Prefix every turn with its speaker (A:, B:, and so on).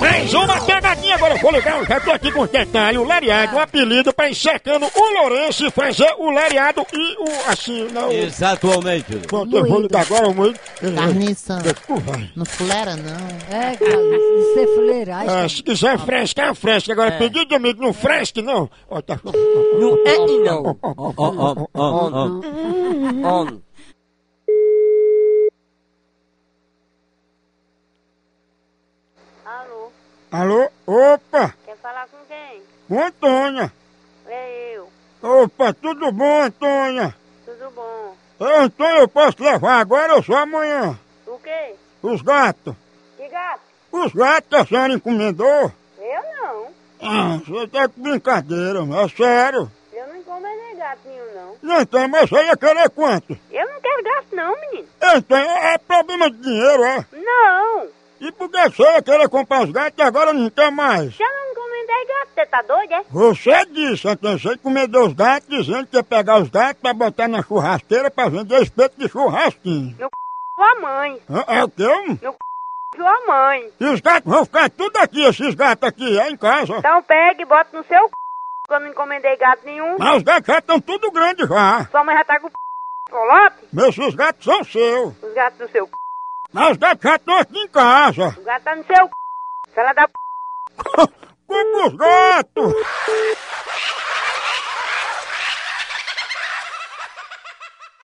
A: mais uma pegadinha agora. Eu vou ligar, eu já tô aqui com os detalhes. O Lariado, o apelido pra ir secando o Lourenço e fazer o Lariado e o assim, não.
B: Exatamente.
A: Pronto, eu vou
C: Moído.
A: ligar agora muito. É,
C: Carniça,
A: Uhum. Desculpa.
C: não fuleira não.
D: É, cara, você fuleirais.
A: Ah, se quiser fresca, é fresca. Agora, pedido, amigo, não fresque, não. Ó, tá.
E: Não é e não.
B: Ó, ó, ó, ó, ó.
E: On.
F: Alô,
A: Alô? Opa!
F: quer falar com quem?
A: Com Antônia.
F: É eu.
A: Opa, tudo bom, Antônia?
F: Tudo bom?
A: Ô, Antônia, eu posso levar agora ou só amanhã?
F: O quê?
A: Os gatos.
F: Que gato?
A: Os gatos que a senhora encomendou?
F: Eu não.
A: Ah, você tá de brincadeira, não é sério.
F: Eu não encomendei gato nenhum, não.
A: Não tem, mas você ia querer quanto?
F: Eu não quero gato, não, menino.
A: Então, é é problema de dinheiro, é?
F: Não.
A: E por que você ia querer comprar os gatos e agora não tem mais?
F: Já não encomendei gato. Você tá doido, é?
A: Você disse, Antônio, você encomendou os gatos dizendo que ia pegar os gatos pra botar na churrasqueira pra vender espeto de churrasquinho.
F: Sua mãe.
A: Ah, É o quê?
F: Sua mãe.
A: E os gatos vão ficar tudo aqui, esses gatos aqui, é em casa.
F: Então pega e bota no seu c... que eu não encomendei gato nenhum.
A: Mas os gatos já estão tudo grandes já.
F: Sua mãe já tá com o c... colote.
A: Meus os gatos são seus.
F: Os gatos do seu c...
A: Mas os gatos já estão aqui em casa.
F: O gato tá no seu c... Se ela dá c...
A: Como os gatos!